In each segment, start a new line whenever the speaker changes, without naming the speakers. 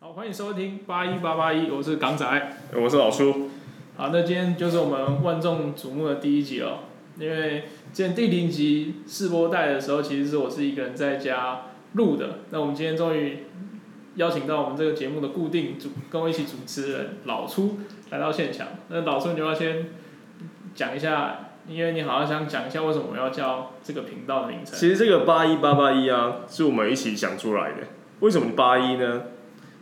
好，欢迎收听八一八八一，我是港仔。
我是老叔，
好，那今天就是我们万众瞩目的第一集哦。因为之前第零集试播带的时候，其实是我是一个人在家录的。那我们今天终于邀请到我们这个节目的固定主，跟我一起主持人老初来到现场。那老初，你要不要先讲一下，因为你好像想讲一下为什么我要叫这个频道的名称。
其实这个八一八八一啊，是我们一起想出来的。为什么八一呢？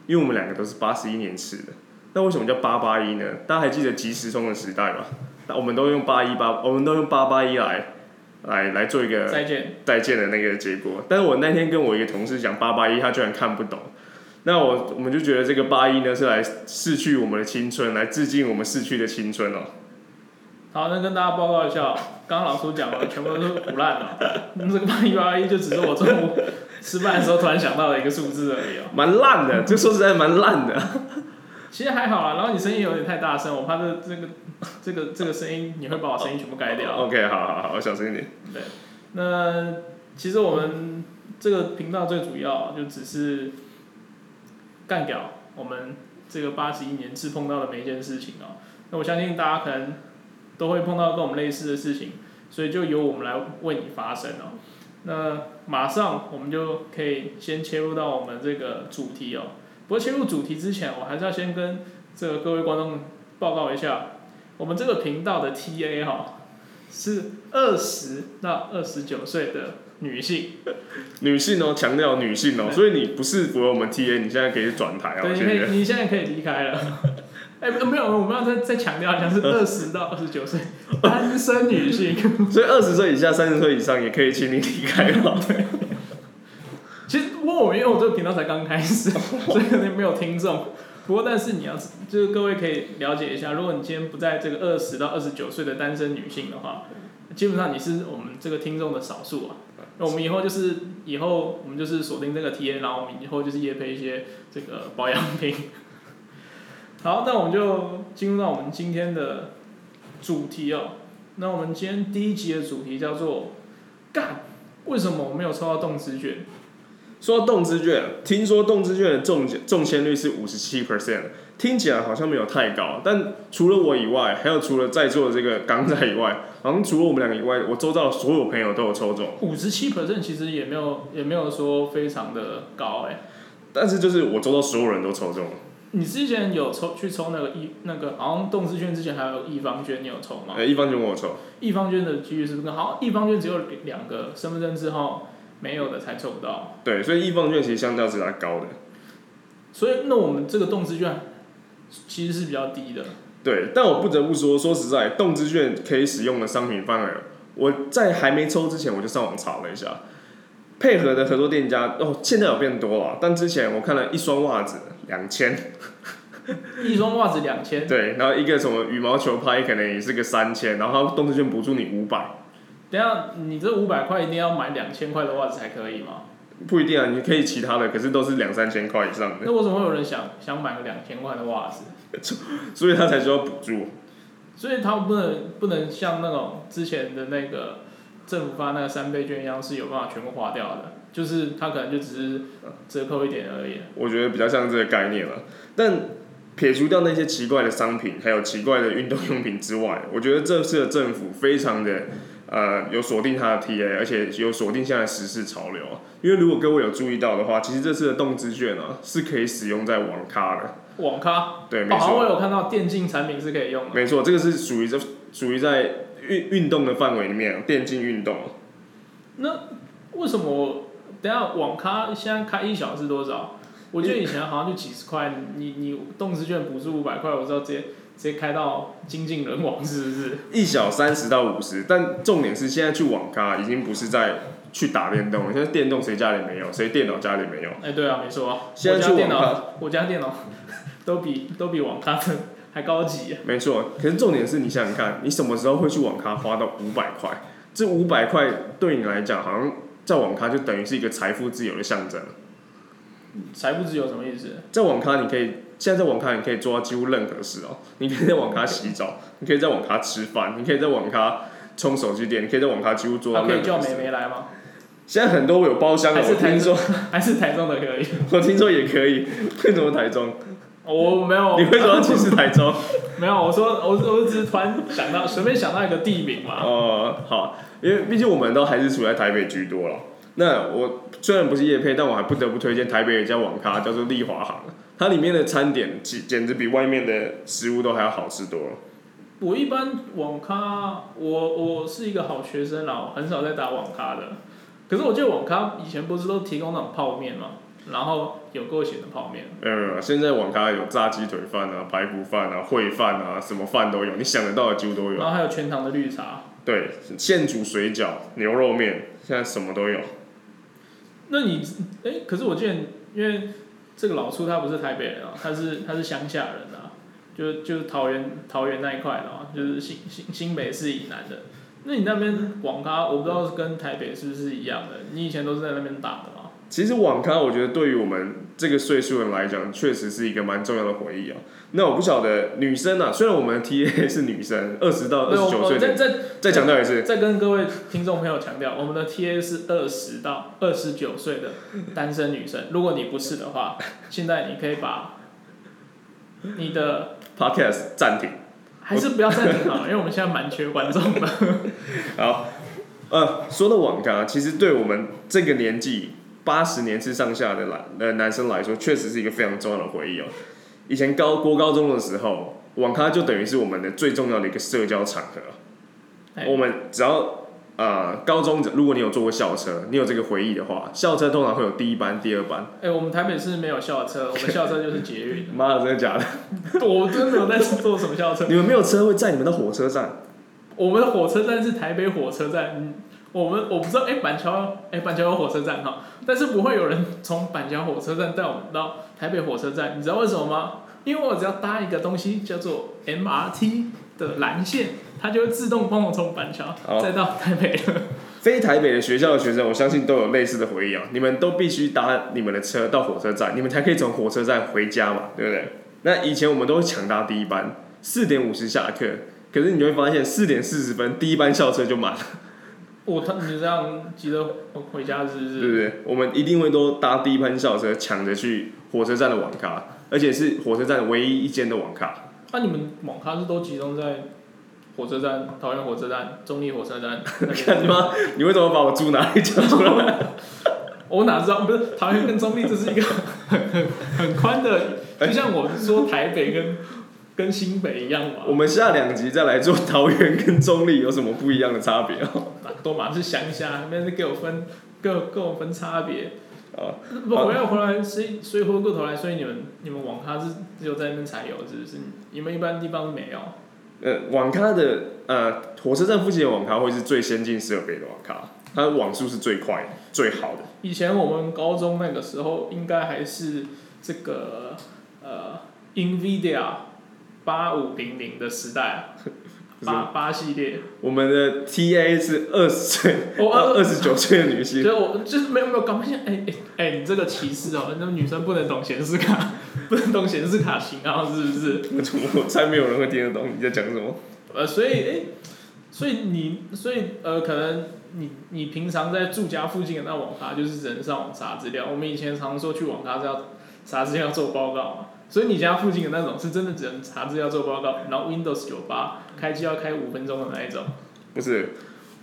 因为我们两个都是八十一年次的。那为什么叫八八一呢？大家还记得即时通的时代吗？那我们都用八一八，我们都用八八一来来来做一个
再见，
再见的那个结果。但是我那天跟我一个同事讲八八一，他居然看不懂。那我我们就觉得这个八一呢是来逝去我们的青春，来致敬我们逝去的青春哦。
好，那跟大家报告一下哦，刚刚老叔讲了，全部都是胡乱的。那 这个八一八一就只是我中午吃饭的时候突然想到的一个数字而已哦。
蛮烂的，这说实在蛮烂的。
其实还好啦，然后你声音有点太大声，我怕这这个这个这个声音你会把我声音全部改掉。
OK，好好好，我小声一点。
对，那其实我们这个频道最主要就只是干掉我们这个八十一年次碰到的每一件事情哦。那我相信大家可能都会碰到跟我们类似的事情，所以就由我们来为你发声哦。那马上我们就可以先切入到我们这个主题哦。不过切入主题之前，我还是要先跟这个各位观众报告一下，我们这个频道的 TA 哈、是二十到二十九岁的女性，
女性哦，强调女性哦，
对
所以你不是符合我们 TA，你现在可以转台啊，
对，
我
你
觉
可 以，
得。
你现在可以离开了。 哎、不没有，我们要再再强调一下，是二十到二十九岁单身女性。
所以二十岁以下、三十岁以上也可以，请你离开 哦了。
其实问我，因为我这个频道才刚开始， 所以可能没有听众。不过，但是你要是就是各位可以了解一下，如果你今天不在这个二十到二十九岁的单身女性的话，基本上你是我们这个听众的少数啊。那我们以后就是以后我们就是锁定这个 TA，然后我们以后就是也配一些这个保养品。 好，那我们就进入到我们今天的主题哦。那我们今天第一集的主题叫做“干”，为什么我没有抽到动词卷？
说到动资券，听说动资券的中奖中签率是五十七 percent，听起来好像没有太高，但除了我以外，还有除了在座的这个港仔以外，好像除了我们两个以外，我周遭的所有朋友都有抽中。
五十七 percent 其实也没有也没有说非常的高哎、
但是就是我周遭所有人都抽中了，
你之前有抽去抽那个一那个好像动资券之前还有一方券，你有抽吗？
呃，一方就问我抽，
一方券的几率是不是更好像一方券只有两个身份证字号没有的才抽不到，
对，所以一方券其实相较之下高的。
所以那我们这个动资券其实是比较低的。
对，但我不得不说，说实在，动资券可以使用的商品范围，我在还没抽之前我就上网查了一下，配合的合作店家哦，现在有变多了，但之前我看了一双袜子两千，
一双袜子两千，
对，然后一个什么羽毛球拍可能也是个三千，然后它动资券补助你五百，
等一下你这五百块一定要买两千块的袜子才可以吗？
不一定啊，你可以其他的，可是都是两三千块以上的，
那为什么会有人想想买个两千块的袜子？
所以它才需要补助。
所以他不能不能像那种之前的那个政府发那个三倍券一样，是有办法全部花掉的，就是他可能就只是折扣一点而已。
我觉得比较像这个概念了。但撇除掉那些奇怪的商品，还有奇怪的运动用品之外，我觉得这次的政府非常的呃有锁定它的 TA，而且有锁定现在时事潮流。因为如果各位有注意到的话，其实这次的动资券呢、是可以使用在网咖的。
网咖，
对，没
哦好像我
错，
有看到电竞产品是可以用的。
没错，这个是属于这属于在运运动的范围里面，电竞运动。
为什么我？等一下网咖现在开一小时多少？我记得以前好像就几十块，你你动资券补助五百块，我知道直接直接开到精尽人亡是不是？
一小三十到五十，但重点是现在去网咖已经不是在去打电动了，现在电动谁家里没有，谁电脑家里没有。
哎、对啊，没错啊，
现在
我
去
家电
网咖
脑，我家电脑 都比都比网咖的还高级、啊
没错，可是重点是你想想看，你什么时候会去网咖花到五百块？这五百块对你来讲，好像在网咖就等于是一个财富自由的象征。
财富自由什么意思？
在网咖，你可以现在在网咖，你可以做到几乎任何事哦。你可以在网咖洗澡，你可以在网咖吃饭，你可以在网咖充手机电，你可以在网咖几乎做
他
到
可以
任
叫
何
美
事。
眉来吗？
现在很多有包厢的，
还是
我听说，
还是台中的可以。
我听说也可以。为什么台中？
我没有，
你为什么要歧视台中？
没有，我说我我只是突然想到，随便想到一个地名嘛。
哦、好，因为毕竟我们都还是处在台北居多了。那我虽然不是夜配，但我还不得不推荐台北有一家网咖叫做丽华行，它里面的餐点简简直比外面的食物都还要好吃多了。
我一般网咖，我我是一个好学生啦，我很少在打网咖的。可是我记得网咖以前不是都提供那种泡面嘛，然后有够咸的泡面。
没有没有没有，呃现在网咖有炸鸡腿饭啊、排骨饭啊、烩饭啊，什么饭都有，你想得到的几乎哦都有
然。后还有全糖的绿茶。
对，现煮水饺、牛肉面，现在什么都有。
那你哎、可是我记得，因为这个老叔他不是台北人啊，他是他是乡下人啊，就就是桃园桃园那一块的啊，就是新新新北市以南的。那你那边网咖，我不知道跟台北是不是一样的？你以前都是在那边打的吗？
其实网咖，我觉得对于我们这个岁数人来讲，确实是一个蛮重要的回忆啊。那我不晓得女生啊，虽然我们的 TA 是女生，二十到二
对，我
十九岁
我再
的，
再
再强调一次，
再跟各位听众朋友强调，我们的 TA 是二十到二十九岁的单身女生。如果你不是的话，现在你可以把你的
Podcast 暂停。
还是不要暂停好了，因为我们现在蛮缺观众的。
好，呃，说到网咖，其实对我们这个年纪八十年次上下的来呃男生来说，确实是一个非常重要的回忆哦。以前高国高中的时候，网咖就等于是我们的最重要的一个社交场合。
哎
我们只要呃高中，如果你有坐过校车，你有这个回忆的话，校车通常会有第一班、第二班。
哎、我们台北市没有校车，我们校车就是捷运。
妈的，真的假的？
我真的没有在坐什么校车，
你们没有车会载你们到火车站？
我们的火车站是台北火车站。嗯我们我不知道，哎、板桥，哎、板桥有火车站哈，但是不会有人从板桥火车站带我们到台北火车站，你知道为什么吗？因为我只要搭一个东西叫做 MRT 的蓝线，它就会自动帮我从板桥
好
再到台北了。
非台北的学校的学生，我相信都有类似的回忆啊！你们都必须搭你们的车到火车站，你们才可以从火车站回家嘛，对不对？那以前我们都会抢搭第一班，四点五十下课，可是你就会发现四点四十分第一班校车就满了，
我他你这样急着回家是不
对不
是？
对？我们一定会都搭第一班校车，抢着去火车站的网咖，而且是火车站唯一一间的网咖。
那、你们网咖是都集中在火车站、桃园火车站、中立火车站那边？
看吗？你为什么把我住哪里讲出来？
我哪知道？不是桃园跟中立，这是一个很很很宽的，就像我说台北跟跟新北一样嘛，
我们下两集再来做桃园跟中立有什么不一样的差别哦。
都嘛是乡下，那边是给我分给我给我分差别。
哦
不回来回来，所以所以回过头来，所以你们你们网咖是只有在那边才有，是不是？你们一般地方没有？
呃，网咖的呃，火车站附近的网咖会是最先进设备的网咖，它的网速是最快的、最好的。
以前我们高中那个时候，应该还是这个呃 NVIDIA 八五零零的时 代，啊
不是
八八系列。
我们的 TA 是二十岁
我
到
二
呃二十九岁的女性，
所以我就是没有没有搞不清，哎哎哎，你这个歧视哦，那女生不能懂显示卡， 不能懂显示卡型号是不是？
我我猜没有人会听得懂你在讲什么。
呃，所以哎、所以你所以呃，可能你你平常在住家附近的那网咖，就是只能上网查资料。我们以前常说去网咖是要查资料做报告嘛，所以你家附近的那种是真的只能查资料做报告，然后 Windows 九八开机要开五分钟的那一种。
不是，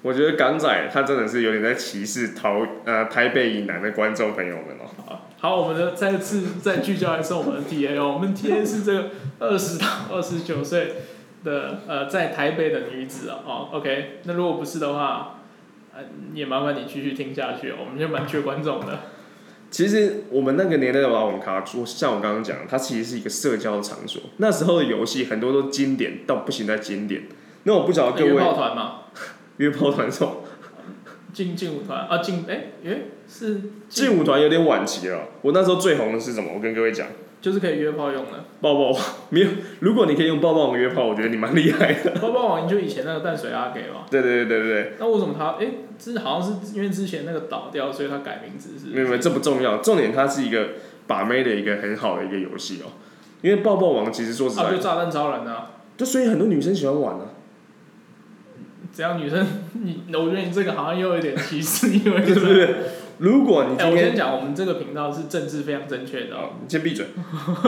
我觉得港仔他真的是有点在歧视桃呃台北以南的观众朋友们哦。
好好，我们的再次再聚焦一次我们的 TA 哦，我们 TA 是这个二十到二十九岁的呃在台北的女子哦哦，OK，那如果不是的话，呃也麻烦你继续听下去哦，我们就蛮缺观众的。
其实我们那个年代的老网咖，我像我刚刚讲的，它其实是一个社交场所。那时候的游戏很多都经典到不行，在经典。那我不晓得各
约
位
炮团嘛，
约炮团众。
劲劲舞团啊，劲哎哎是
劲舞团有点晚期了。我那时候最红的是什么？我跟各位讲，
就是可以约炮用 的，
抱抱网没有。如果你可以用抱抱网约炮，我觉得你蛮厉害的。
包包网就以前那个淡水阿给嘛。
对对对对对，
那为什么他哎、这好像是因为之前那个倒掉，所以他改名字是不是？
没有没有，这不重要，重点它是一个把妹的一个很好的一个游戏哦。因为
啊
抱抱网其实说实在，
啊就炸弹超人啊，
就所以很多女生喜欢玩啊。
怎样女生， 你我觉得你这个好像又有点歧视，因 为
对不对？如果你
哎、
今
我先
天、
讲，我们这个频道是政治非常正确的、哦。
哦，你先闭嘴。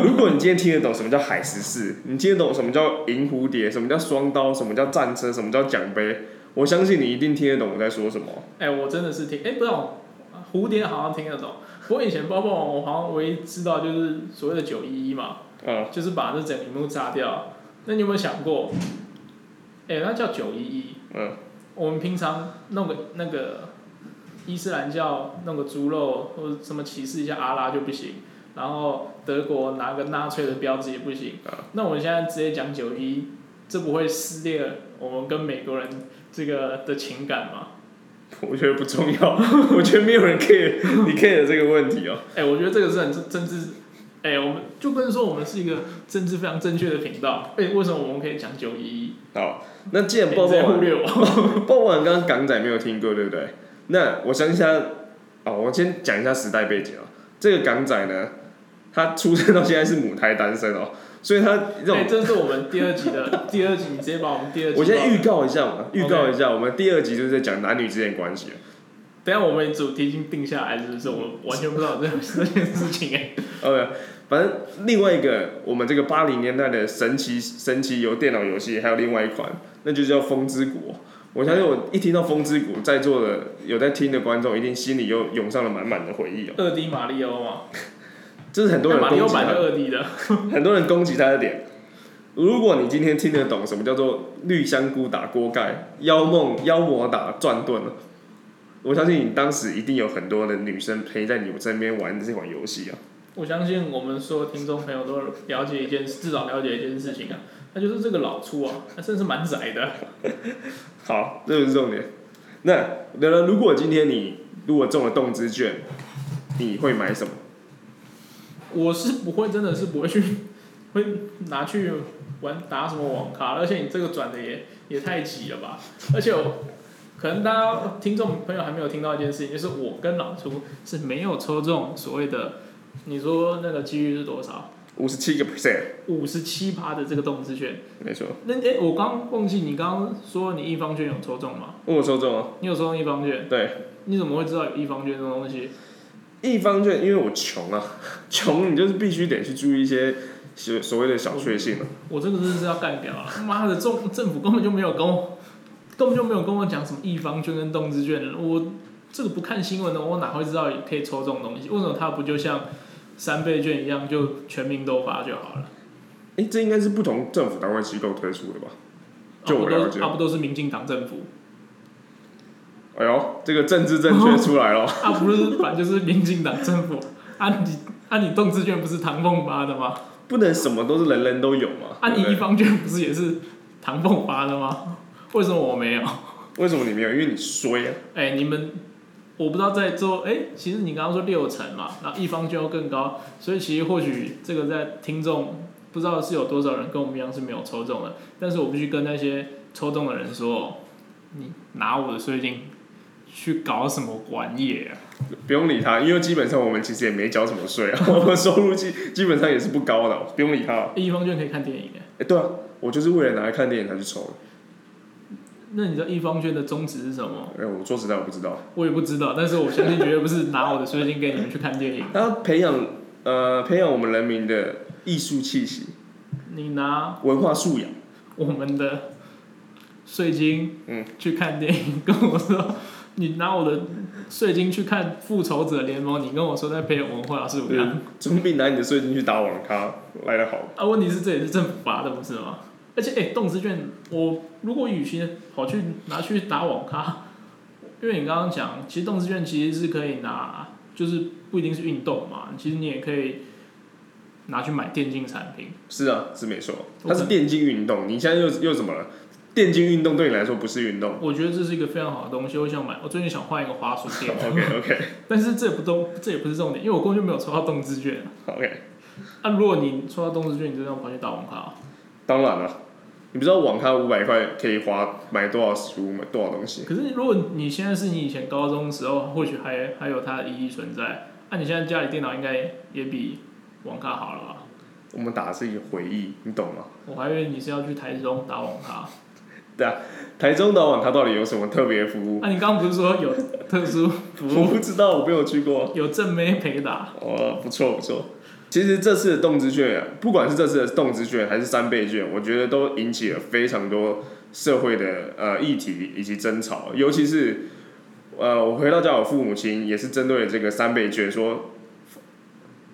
如果你今天听得懂什么叫海十四，你听得懂什么叫银蝴蝶，什么叫双刀，什么叫战车，什么叫奖杯，我相信你一定听得懂我在说什么。
哎、我真的是听，哎、不懂蝴蝶好像听得懂。不过以前包包王，我好像唯一知道就是所谓的九一一嘛，
嗯，
就是把这整屏幕炸掉。那你有没有想过？哎、那叫九一一。
嗯。
我们平常弄个那个伊斯兰教弄个猪肉或者什么歧视一下阿拉就不行，然后德国拿个纳粹的标志也不行。
啊
那我们现在直接讲九一，这不会撕裂我们跟美国人这个的情感吗？
我觉得不重要，我觉得没有人 care 你 care 这个问题哦。
哎、我觉得这个是很政政治，哎、我们就跟说我们是一个政治非常正确的频道。哎、为什么我们可以讲九一一？
好，那既然
哎
报
你在
报
忽略我。
鲍勃刚刚港仔没有听过，对不对？那我相信他，哦，我先讲一下时代背景哦。这个港仔呢，他出生到现在是母胎单身哦，所以他这种，
哎、这是我们第二集 的第二集，你直接把我们第二集。
我先预
告。
告一下嘛，预告一下，我们第二集就是在讲男女之间的关系了。
等一下我们主题已经定下来，是不是？我完全不知道这这件事情哎、
呃，反正另外一个我们这个八零年代的神奇神奇游电脑游戏，还有另外一款，那就叫《风之谷》。我相信我一听到《风之谷》，在座的有在听的观众，一定心里又涌上了满满的回忆哦。
二 D 马里奥嘛，
这是很多人
那马里
攻
奥
击他
版
的
就二 D 的。
很多人攻击他的点。如果你今天听得懂什么叫做绿香菇打锅盖、妖梦妖魔打转盾，我相信你当时一定有很多的女生陪在你身边玩这款游戏啊。
我相信我们所有听众朋友都了解一件事，至少了解一件事情啊，那就是这个老粗啊，他真的是蛮窄的。
好，这就是重点。那那如果今天你如果中了动之券，你会买什么？
我是不会，真的是不会去，会拿去玩打什么网咖，而且你这个转的也也太急了吧！而且我可能大家听众朋友还没有听到一件事情，就是我跟老朱是没有抽中所谓的，你说那个几率是多少？
五十七个 percent，
五十七趴的这个动资券。
没错，
那诶、我刚忘记你刚刚说你一方券有抽中吗？
我有抽中啊。
你有抽中一方券？
对，
你怎么会知道有一方券这种东西？
一方券，因为我穷啊， 穷你就是必须得去注意一些所所谓的小确幸啊。
我这个真的是要干掉了！妈的，政政府根本就没有跟我，根本就没有跟我讲什么一方券跟动资券的，我这个不看新闻的，我哪会知道可以抽这种东西？为什么它不就像三倍券一样，就全民都发就好了？啊
哎、这应该是不同政府单位机构推出的吧？就
啊
我
不
了
都
解
啊不都是民进党政府？
哎呦，这个政治正确出 来了。
啊不是，反正就是民进党政府。啊你啊你动资券不是唐凤发的吗？
不能什么都是人人都有嘛。
啊你
对
一
不
方券不是也是唐凤发的吗？ 为什么我没有？
对为什么你没有？因为你衰啊。
哎、你们我不知道在做哎、其实你刚刚说六成嘛，然后一方就要更高，所以其实或许这个在听众不知道是有多少人跟我们一样是没有抽中的，但是我必须跟那些抽中的人说哦，你拿我的税金去搞什么玩意啊？
不用理他，因为基本上我们其实也没交什么税啊，我 们收入基基本上也是不高的，不用理他。
一方券可以看电影哎、
哎、对啊，我就是为了拿来看电影才去抽的。
那你知道一方券的宗旨是什么吗？
哎、我说实在我不知道，
我也不知道，但是我相信绝对不是拿我的税金给你们去看电影。
他培养呃培养我们人民的艺术气息、
你拿
文化素养。
我们的税金，
嗯，
去看电影，跟我说你拿我的税金去看《复仇者联盟》，你跟我说在培养文化素
对
养，
总比拿你的税金去打网咖来的好。
啊，问题是这也是政府发的，不是吗？而且，哎、动资券，我如果与其跑去拿去打网咖，因为你刚刚讲，其实动资券其实是可以拿，就是不一定是运动嘛，其实你也可以拿去买电竞产品。
是啊，是没错，
我
它
看
是电竞运动。你现在又又怎么了？电竞运动对你来说不是 运动。
我觉得这是一个非常好的东西，我想买。我最近想换一个滑鼠垫，
OK OK
但是这也不都这也不是重点，因为我根本就没有抽到动资券。
OK，
啊，如果你抽到动资券，你就这样跑去打网咖，
当然了，你不知道网咖五百块可以花买多少食物，买多少东西。
可是如果你现在是你以前高中的时候，或许还还有它的意义存在。那、你现在家里电脑应该也比网咖好了吧？
我们打的是一个回忆，你懂吗？
我还以为你是要去台中打网咖，
对啊，台中岛网它到底有什么特别服务？
啊，你刚刚不是说有特殊 服
我
务，
不知道，我没有去过。
有正妹陪打？
哦，不错不错。其实这次的动资券啊，不管是这次的动资券还是三倍券，我觉得都引起了非常多社会的呃议题以及争吵，尤其是呃，我回到家，我父母亲也是针对这个三倍券说，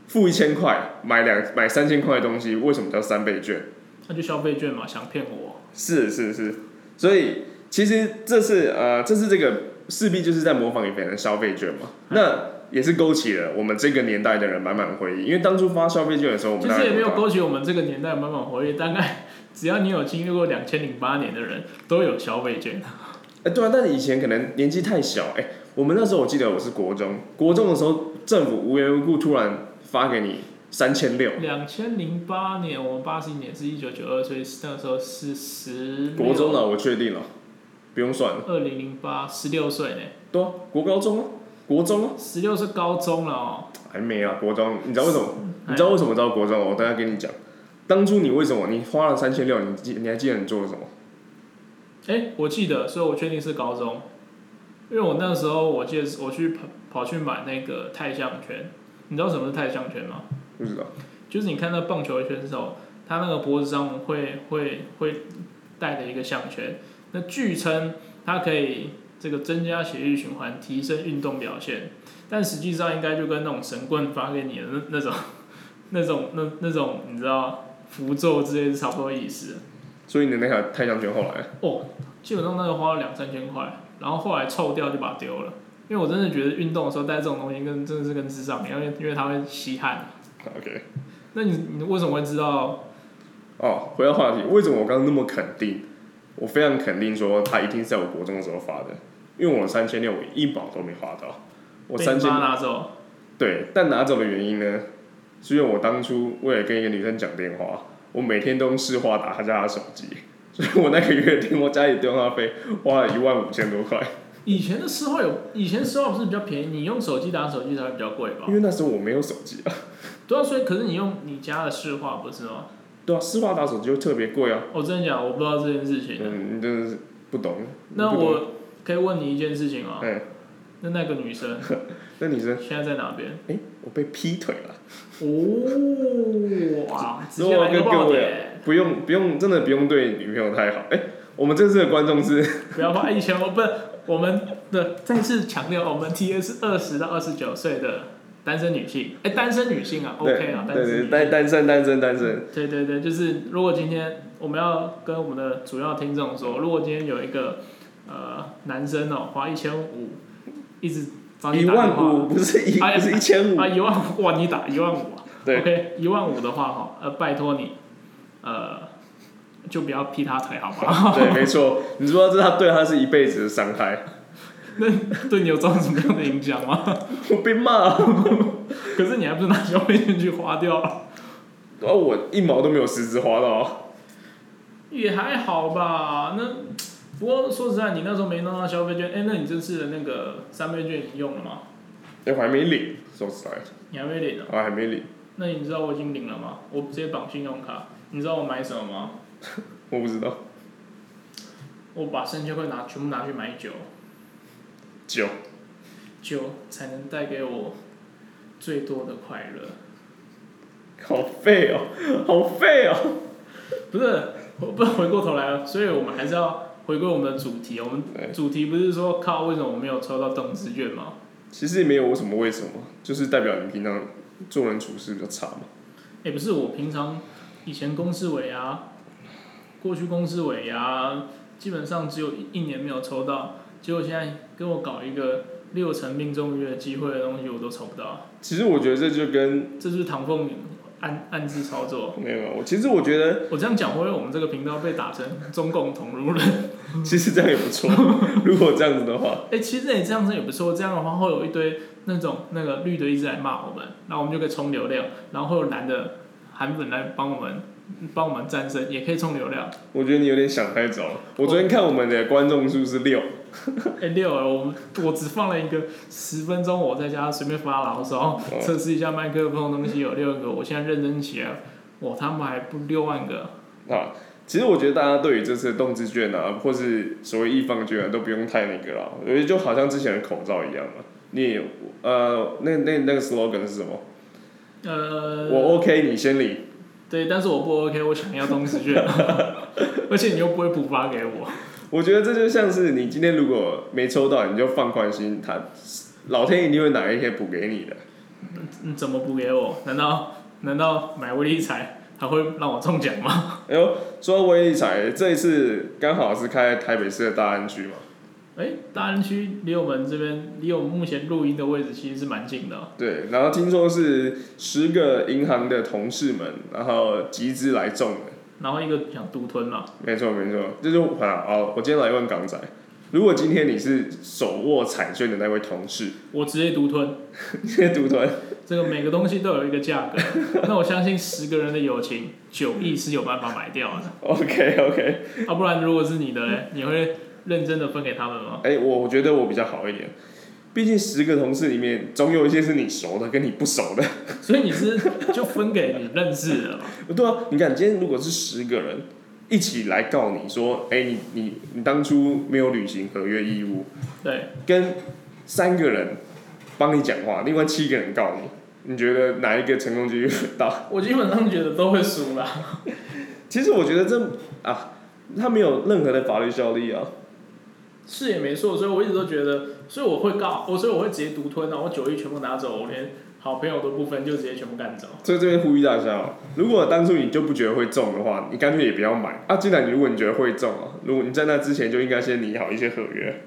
付一千块买两买三千块的东西，为什么叫三倍券？
那就消费券嘛，想骗我？
是是是，所以其实这是呃，这是这个势必就是在模仿以前的消费券嘛。
嗯
那也是勾起了我们这个年代的人满满回忆，因为当初发消费券的时候，我们
其
大家
实也没有
不知道
勾起我们这个年代满满回忆，大概只要你有经历过两千零八年的人，都有消费券。
哎、对啊，但是以前可能年纪太小，哎、我们那时候我记得我是国中，国中的时候政府无缘无故突然发给你三千六，
两千零八年，我们八十一年是一九九二，所以那时候是十
国中了，我确定了，不用算了，
二零零八十六岁呢，
对、啊，国高中啊，国中啊，
十六是高中了哦。
还没啊，国中，你知道为什么？你知道为什么到国中？我等下跟你讲。当初你为什么你花了三千六？你记你还记得你做了什么？
哎、我记得，所以我确定是高中，因为我那时候我记得是我去跑跑去买那个太项圈，你知道什么是太项圈吗？
不知道。
就是你看那棒球选手，他那个脖子上会会会戴的一个项圈，那据称它可以这个增加血液循环，提升运动表现，但实际上应该就跟那种神棍发给你的那那种 那种那那种你知道符咒之类是差不多意思。
所以你的那条太阳拳后来，啊
哦，基本上那个花了两三千块，然后后来臭掉就把它丢了。因为我真的觉得运动的时候带这种东西跟真的是跟智障一样，因为因为它会吸汗。
OK，
那你你为什么会知道？
哦，回到话题，为什么我刚刚那么肯定？我非常肯定说他一定是在我国中的时候发的，因为我三千六我一毛都没花到，我
被
三
你
千
妈拿走，
对，但拿走的原因呢，是因为我当初为了跟一个女生讲电话，我每天都用市话打她家的手机，所以我那个月电话家里电话费花了一万五千多块。
以前的市话有，以前市话不是比较便宜，你用手机打手机才会比较贵吧
因？为那时候我没有手机啊。
对啊，所以可是你用你家的市话不是吗？
对啊，市话打手机就特别贵啊。
我真的讲，我不知道这件事情。
嗯，你真的是不懂。
那
你不懂，
我可以问你一件事情吗？
哎，
那那个女 生
那女生，
现在在哪 边？
哎，我被劈腿了。
哦，哇，直
如
接
果
来个
跟
爆
各位啊
点！
不用，不用，真的不用对女朋友太好。哎，我们这次的观众是，
不要怕，以前我不是我们的再次强调，我们 T A 是二十到二十九岁的单身女性，哎、单身女性啊，OK
对
啊，单
对
身女
对，
性
单单身单身单身，
对对对，就是如果今天我们要跟我们的主要听众说，如果今天有一个呃男生哦，花一千五一直找你
一
打电
万五
话，
不是一
哎
不是一千五
啊，一万五哇，你打一万五 啊
对
，OK，一万五的话哈，呃，拜托你，呃，就不要劈他腿好不 好？
对，没错，你知不知道这他对他是一辈子的伤害？
对你有造成什么样的影响吗？
我被骂了，
可是你还不是拿消费券去花掉了？
然后我一毛都没有实质花到啊。
也还好吧，那不过说实在，你那时候没弄到消费券，哎、那你这次的那个三倍券你用了吗？
哎，我还没领，说实在，
你还没领啊呢、
我还没领，
那你知道我已经领了吗？我直接绑信用卡，你知道我买什么吗？
我不知道
我把三千块拿全部拿去买酒，
酒。
酒才能带给我最多的快乐。
好废哦，好废哦。
不是，我不是回过头来了，啊所以我们还是要回归我们的主题。我
对
们主题不是说靠为什么我没有抽到动资券吗？
其实也没有什么为什么，就是代表你平常做人处事比较差嘛。
也、不是我平常以前公司尾牙，过去公司尾牙基本上只有一一年没有抽到，结果现在跟我搞一个六成命中率的机会的东西，我都抽不到，
其实我觉得这就跟
这就是唐凤暗暗自操作。
没有没有，我其实我觉得
我这样讲会不会我们这个频道被打成中共同路人？
其实这样也不错。如果这样子的话，
哎、其实你这样子也不错，这样的话会有一堆那种那个绿的一直来骂我们，然后我们就可以冲流量，然后会有男的韩粉来帮我们帮我们战胜，也可以冲流量。
我觉得你有点想太早了。我昨天看我们的观众数是六，
哎、六儿，我们我只放了一个十分钟，我在家随便发牢骚，测试一下麦克风的东西有六个，我现在认真起来，我他妈还不六万个，
啊，其实我觉得大家对于这次的动资券啊，或是所谓易放券啊，都不用太那个了。我觉得就好像之前的口罩一样嘛，你呃，那那那个 slogan 是什么？
呃，
我 OK，你先领。
对，但是我不 OK，我想要东西券，而且你又不会补发给我。
我觉得这就像是你今天如果没抽到，你就放宽心，他老天一定会哪一天补给你的。
你嗯怎么补给我？难道难道买威力彩还会让我中奖吗？
哎呦，说到威力彩，这一次刚好是开在台北市的大安区嘛，
哎、大安区离我们这边，离我们目前录音的位置其实是蛮近的哦、
对，然后听说是十个银行的同事们，然后集资来中的。
然后一个想独吞嘛，
没错没错，这就啊哦，我今天来问港仔，如果今天你是手握彩券的那位同事，
我直接独吞。
你在独吞，
这个每个东西都有一个价格，那我相信十个人的友情，九亿是有办法买掉的。
OK OK，
啊，不然如果是你的嘞，你会认真的分给他们吗？
哎、我我觉得我比较好一点，毕竟十个同事里面总有一些是你熟的，跟你不熟的。
所以你是就分给你认识的嘛？
对啊，你看今天如果是十个人一起来告你说，哎、你你你当初没有履行合约义务，
对，
跟三个人帮你讲话，另外七个人告你，你觉得哪一个成功几率大？
我基本上觉得都会输啦。
其实我觉得这啊，它没有任何的法律效力啊。
是也没错，所以我一直都觉得，所以我会告，我所以我会直接独吞，然后啊我九亿全部拿走，我连好朋友都不分，就直接全部干走。
所以这边呼吁大家哦，如果当初你就不觉得会中的话，你干脆也不要买啊。既然你如果你觉得会中啊，如果你在那之前就应该先拟好一些合约。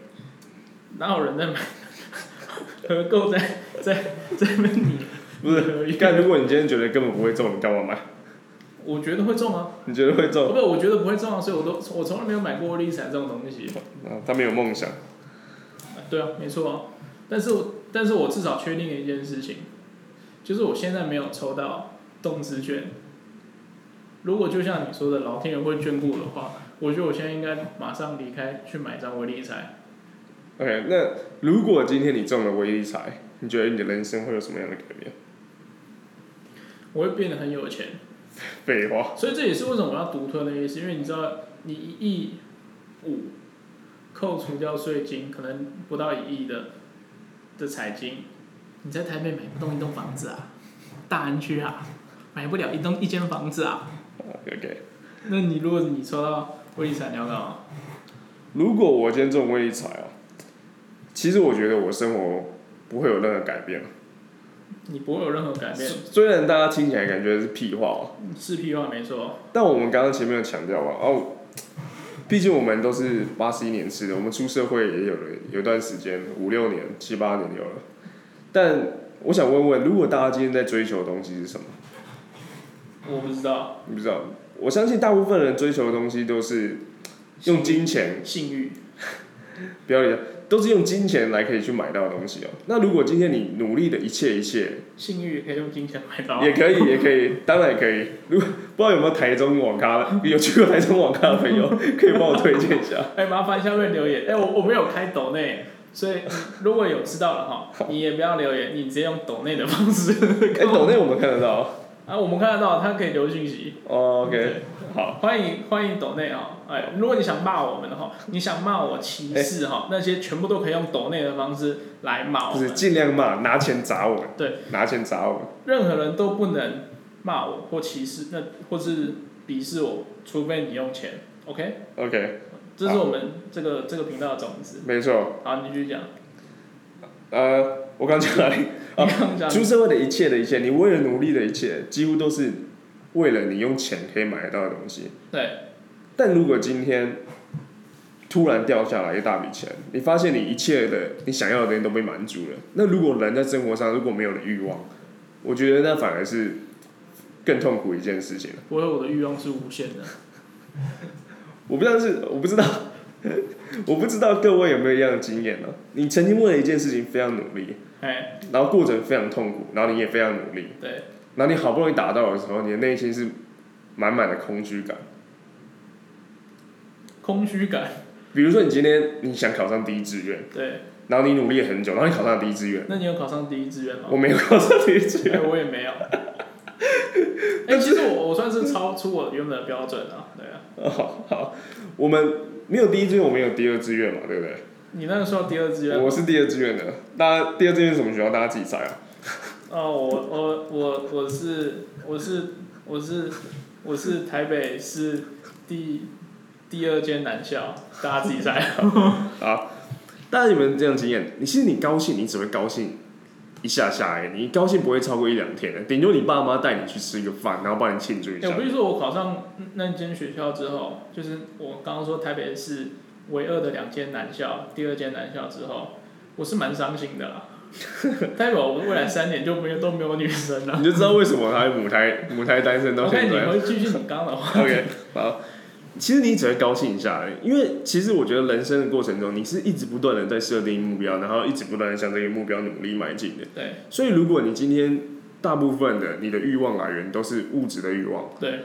哪有人在买 合购在在在那边你
不是
合约
但如果你今天觉得根本不会中，你干嘛买？
我觉得会中啊，
你觉得会
不，
中？
我觉得不会中啊，所以我都我从来没有买过威力彩这种东西。
啊，他没有梦想。
对啊，没错啊。但是我但是我至少确定了一件事情，就是我现在没有抽到动资券。如果就像你说的，老天爷会眷顾的话，我觉得我现在应该马上离开去买一张威力彩。
OK，那如果今天你中了威力彩，你觉得你的人生会有什么样的改变？
我会变得很有钱。
废话，
所以这也是为什么我要独吞的意思，因为你知道，你一亿五扣除掉税金，可能不到一亿的的彩金，你在台北买不动一栋房子啊，大安区啊，买不了一栋一间房子啊。
啊 OK。
那你如果你抽到威力彩，你要干嘛？
如果我今天中威力彩啊，其实我觉得我生活不会有任何改变。
你不会有任何改变，
虽然大家听起来感觉是屁话哦，
是屁话没错。
但我们刚刚前面有强调嘛，哦，毕竟我们都是八十一年次的，我们出社会也有了有段时间，五六年、七八年有了。但我想问问，如果大家今天在追求的东西是什么？
我不知道，
你不知道，我相信大部分人追求的东西都是用金钱
性欲，
不要理他，都是用金钱来可以去买到的东西哦、那如果今天你努力的一切一切，
性欲也可以用金钱买到啊。
也可以，也可以，当然也可以。如果不知道有没有台中网咖的，有去过台中网咖的朋友， 可以帮我推荐一 下。
哎、麻烦下面留言。哎、我我没有开抖内，所以如果有知道的哈，你也不要留言，你直接用抖内的方式。
哎、抖内我们看得到。
啊，我们看得到，他可以留信息。
哦 OK，
对
好，
欢迎欢迎抖内啊！哎，如果你想骂我们的话，你想骂我歧视哈，那些全部都可以用抖内的方式来骂我
哎就是
们。
尽量骂，拿钱砸我们。
对，
拿钱砸我们。
任何人都不能骂我或歧视，那或是鄙视我，除非你用钱。OK，
OK，
这是我们这个这个频道的宗旨。
没错。
好，你继续讲。
呃，我刚讲哪里？
你刚讲
出社会的一切的一切，你为了努力的一切，几乎都是为了你用钱可以买得到的东西。
对，
但如果今天突然掉下来一大笔钱，你发现你一切的你想要的东西都被满足了，那如果人在生活上如果没有了欲望，我觉得那反而是更痛苦一件事情。
不会，我的欲望是无限的。
我不知道是 我不知道，我不知道各位有没有一样的经验呢、啊你曾经为了一件事情非常努力，
哎，
然后过程非常痛苦，然后你也非常努力，
对。
然后你好不容易达到的时候，你的内心是满满的空虚感。
空虚感，
比如说你今天你想考上第一志愿，
对。
然后你努力了很久，然后你考上了第一志愿。
那你有考上第一志愿吗？
我没有考上第一志
哎
愿，
我也没有。哎、其实我我算是超出我原本的标准啊，对啊。
哦，好，我们没有第一志愿，我们有第二志愿嘛，对不对？
你那个时候第二志愿，
我是第二志愿的，大家第二志愿是什么学校？大家自己猜啊。
哦，我我我我是我是我是我是台北市第第二间男校，大家自己 猜。哎
好，大家有没有这样的经验？你其实你高兴，你只会高兴一下下而已，你高兴不会超过一两天的，顶多你爸妈带你去吃一个饭，然后帮你庆祝一
欸我
下
不。是说我考上那间学校之后，就是我刚刚说台北市唯二的两间男校，第二间男校之后，我是蛮伤心的 啦。代表我未来三年就没有都没有女生 了。
你就知道为什么他母胎母胎单身到
我看
现
你
在。
会继续你刚刚的 话，
OK，好。其实你只会高兴一下而已，因为其实我觉得人生的过程中，你是一直不断的在设定目标，然后一直不断的向这个目标努力迈进的。
对
所以如果你今天大部分的你的欲望来源都是物质的欲望，
对，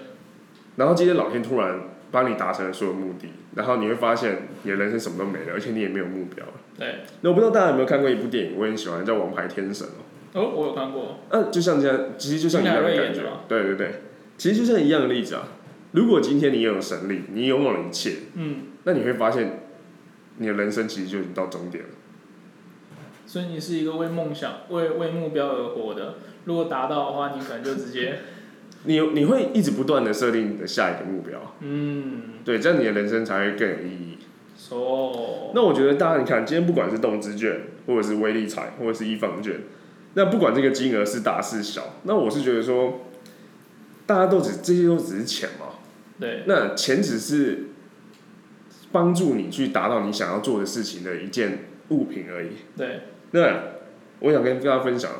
然后今天老天突然帮你达成了所有目的，然后你会发现你的人生什么都没了，而且你也没有目标了。
对，
那我不知道大家有没有看过一部电影，我很喜欢，叫《王牌天神》哦。
哦，我有看过，
那、就像这样，其实就像一样的
金凯瑞
感
演
觉
的吗，
对对对，其实就像一样的例子啊。如果今天你有神力，你拥有了一切，
嗯，
那你会发现你的人生其实就已经到终点了。
所以你是一个为梦想、为为目标而活的。如果达到的话，你可能就直 接，
你你会一直不断的设定你的下一个目标，
嗯
对，这样你的人生才会更有意义。
，so，
那我觉得大家你看，今天不管是动资券，或者是微利财，或者是一方券，那不管这个金额是大是小，那我是觉得说，大家都只这些都只是钱嘛，
对，
那钱只是帮助你去达到你想要做的事情的一件物品而已。
对，
那我想跟大家分享，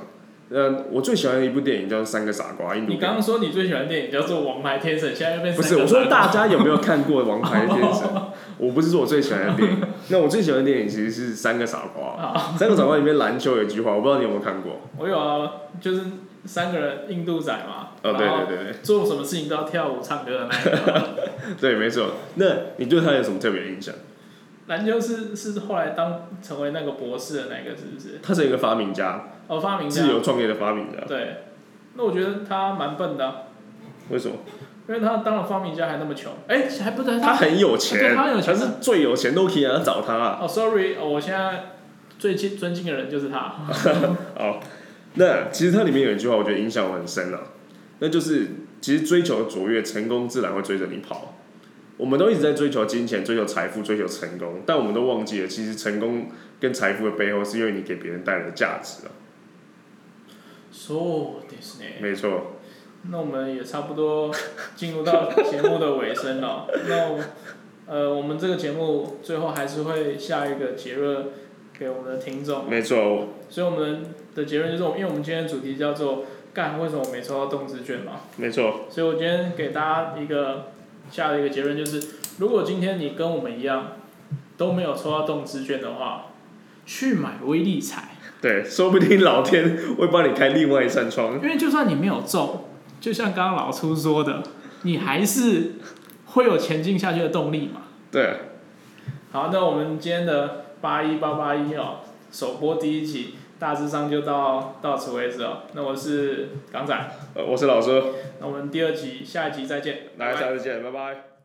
呃，我最喜欢的一部电影叫《三个傻瓜》，印度
你
片。
刚刚说你最喜欢的电影叫做《王牌天神》，现在又变
不
成
是，
三
我
个
说
傻瓜
大家有没有看过《王牌天神》？ 我不是说我最喜欢的电影，那我最喜欢的电影其实是《三个傻瓜
啊。》。
《三个傻瓜》里面篮球有一句话，我不知道你有没有看过？
我有啊，就是三个人印度仔嘛，
哦，对
然后
对对
做什么事情都要跳舞、唱歌的那一个。
对，对，没错。那你对他有什么特别印象？
篮球是是后来当成为那个博士的那个是不是？
他是一个发明家，
哦，发明家
自由创业的发明家。
对。那我觉得他蛮笨的啊、
为什么？
因为他当了发明家还那么穷，哎、还不对，
他很有
对
钱，
他很有钱啊
是最有钱都可以来找他啊。
哦，sorry，哦我现在最敬尊敬的人就是他。
哦，那其实它里面有一句话，我觉得影响我很深了、那就是其实追求卓越，成功自然会追着你跑。我们都一直在追求金钱、追求财富、追求成功，但我们都忘记了，其实成功跟财富的背后，是因为你给别人带来的价值啊。
So this name。
没错，
那我们也差不多进入到节目的尾声了。那我呃，我们这个节目最后还是会下一个结论给我们的听众，
没错，
所以我们的结论就是，因为我们今天的主题叫做“干为什么我没抽到动资券”嘛，
没错，
所以我今天给大家一个下的一个结论就是，如果今天你跟我们一样都没有抽到动资券的话，去买微利彩。
对，说不定老天会帮你开另外一扇窗。
因为就算你没有中，就像刚刚老初说的，你还是会有前进下去的动力嘛。
对，
好，那我们今天的八一八八一哦，首播第一集大致上就到到此为止哦。那我是港仔，
呃我是老师，
那我们第二集下一集再见，
大
拜
家
拜
下次见，拜拜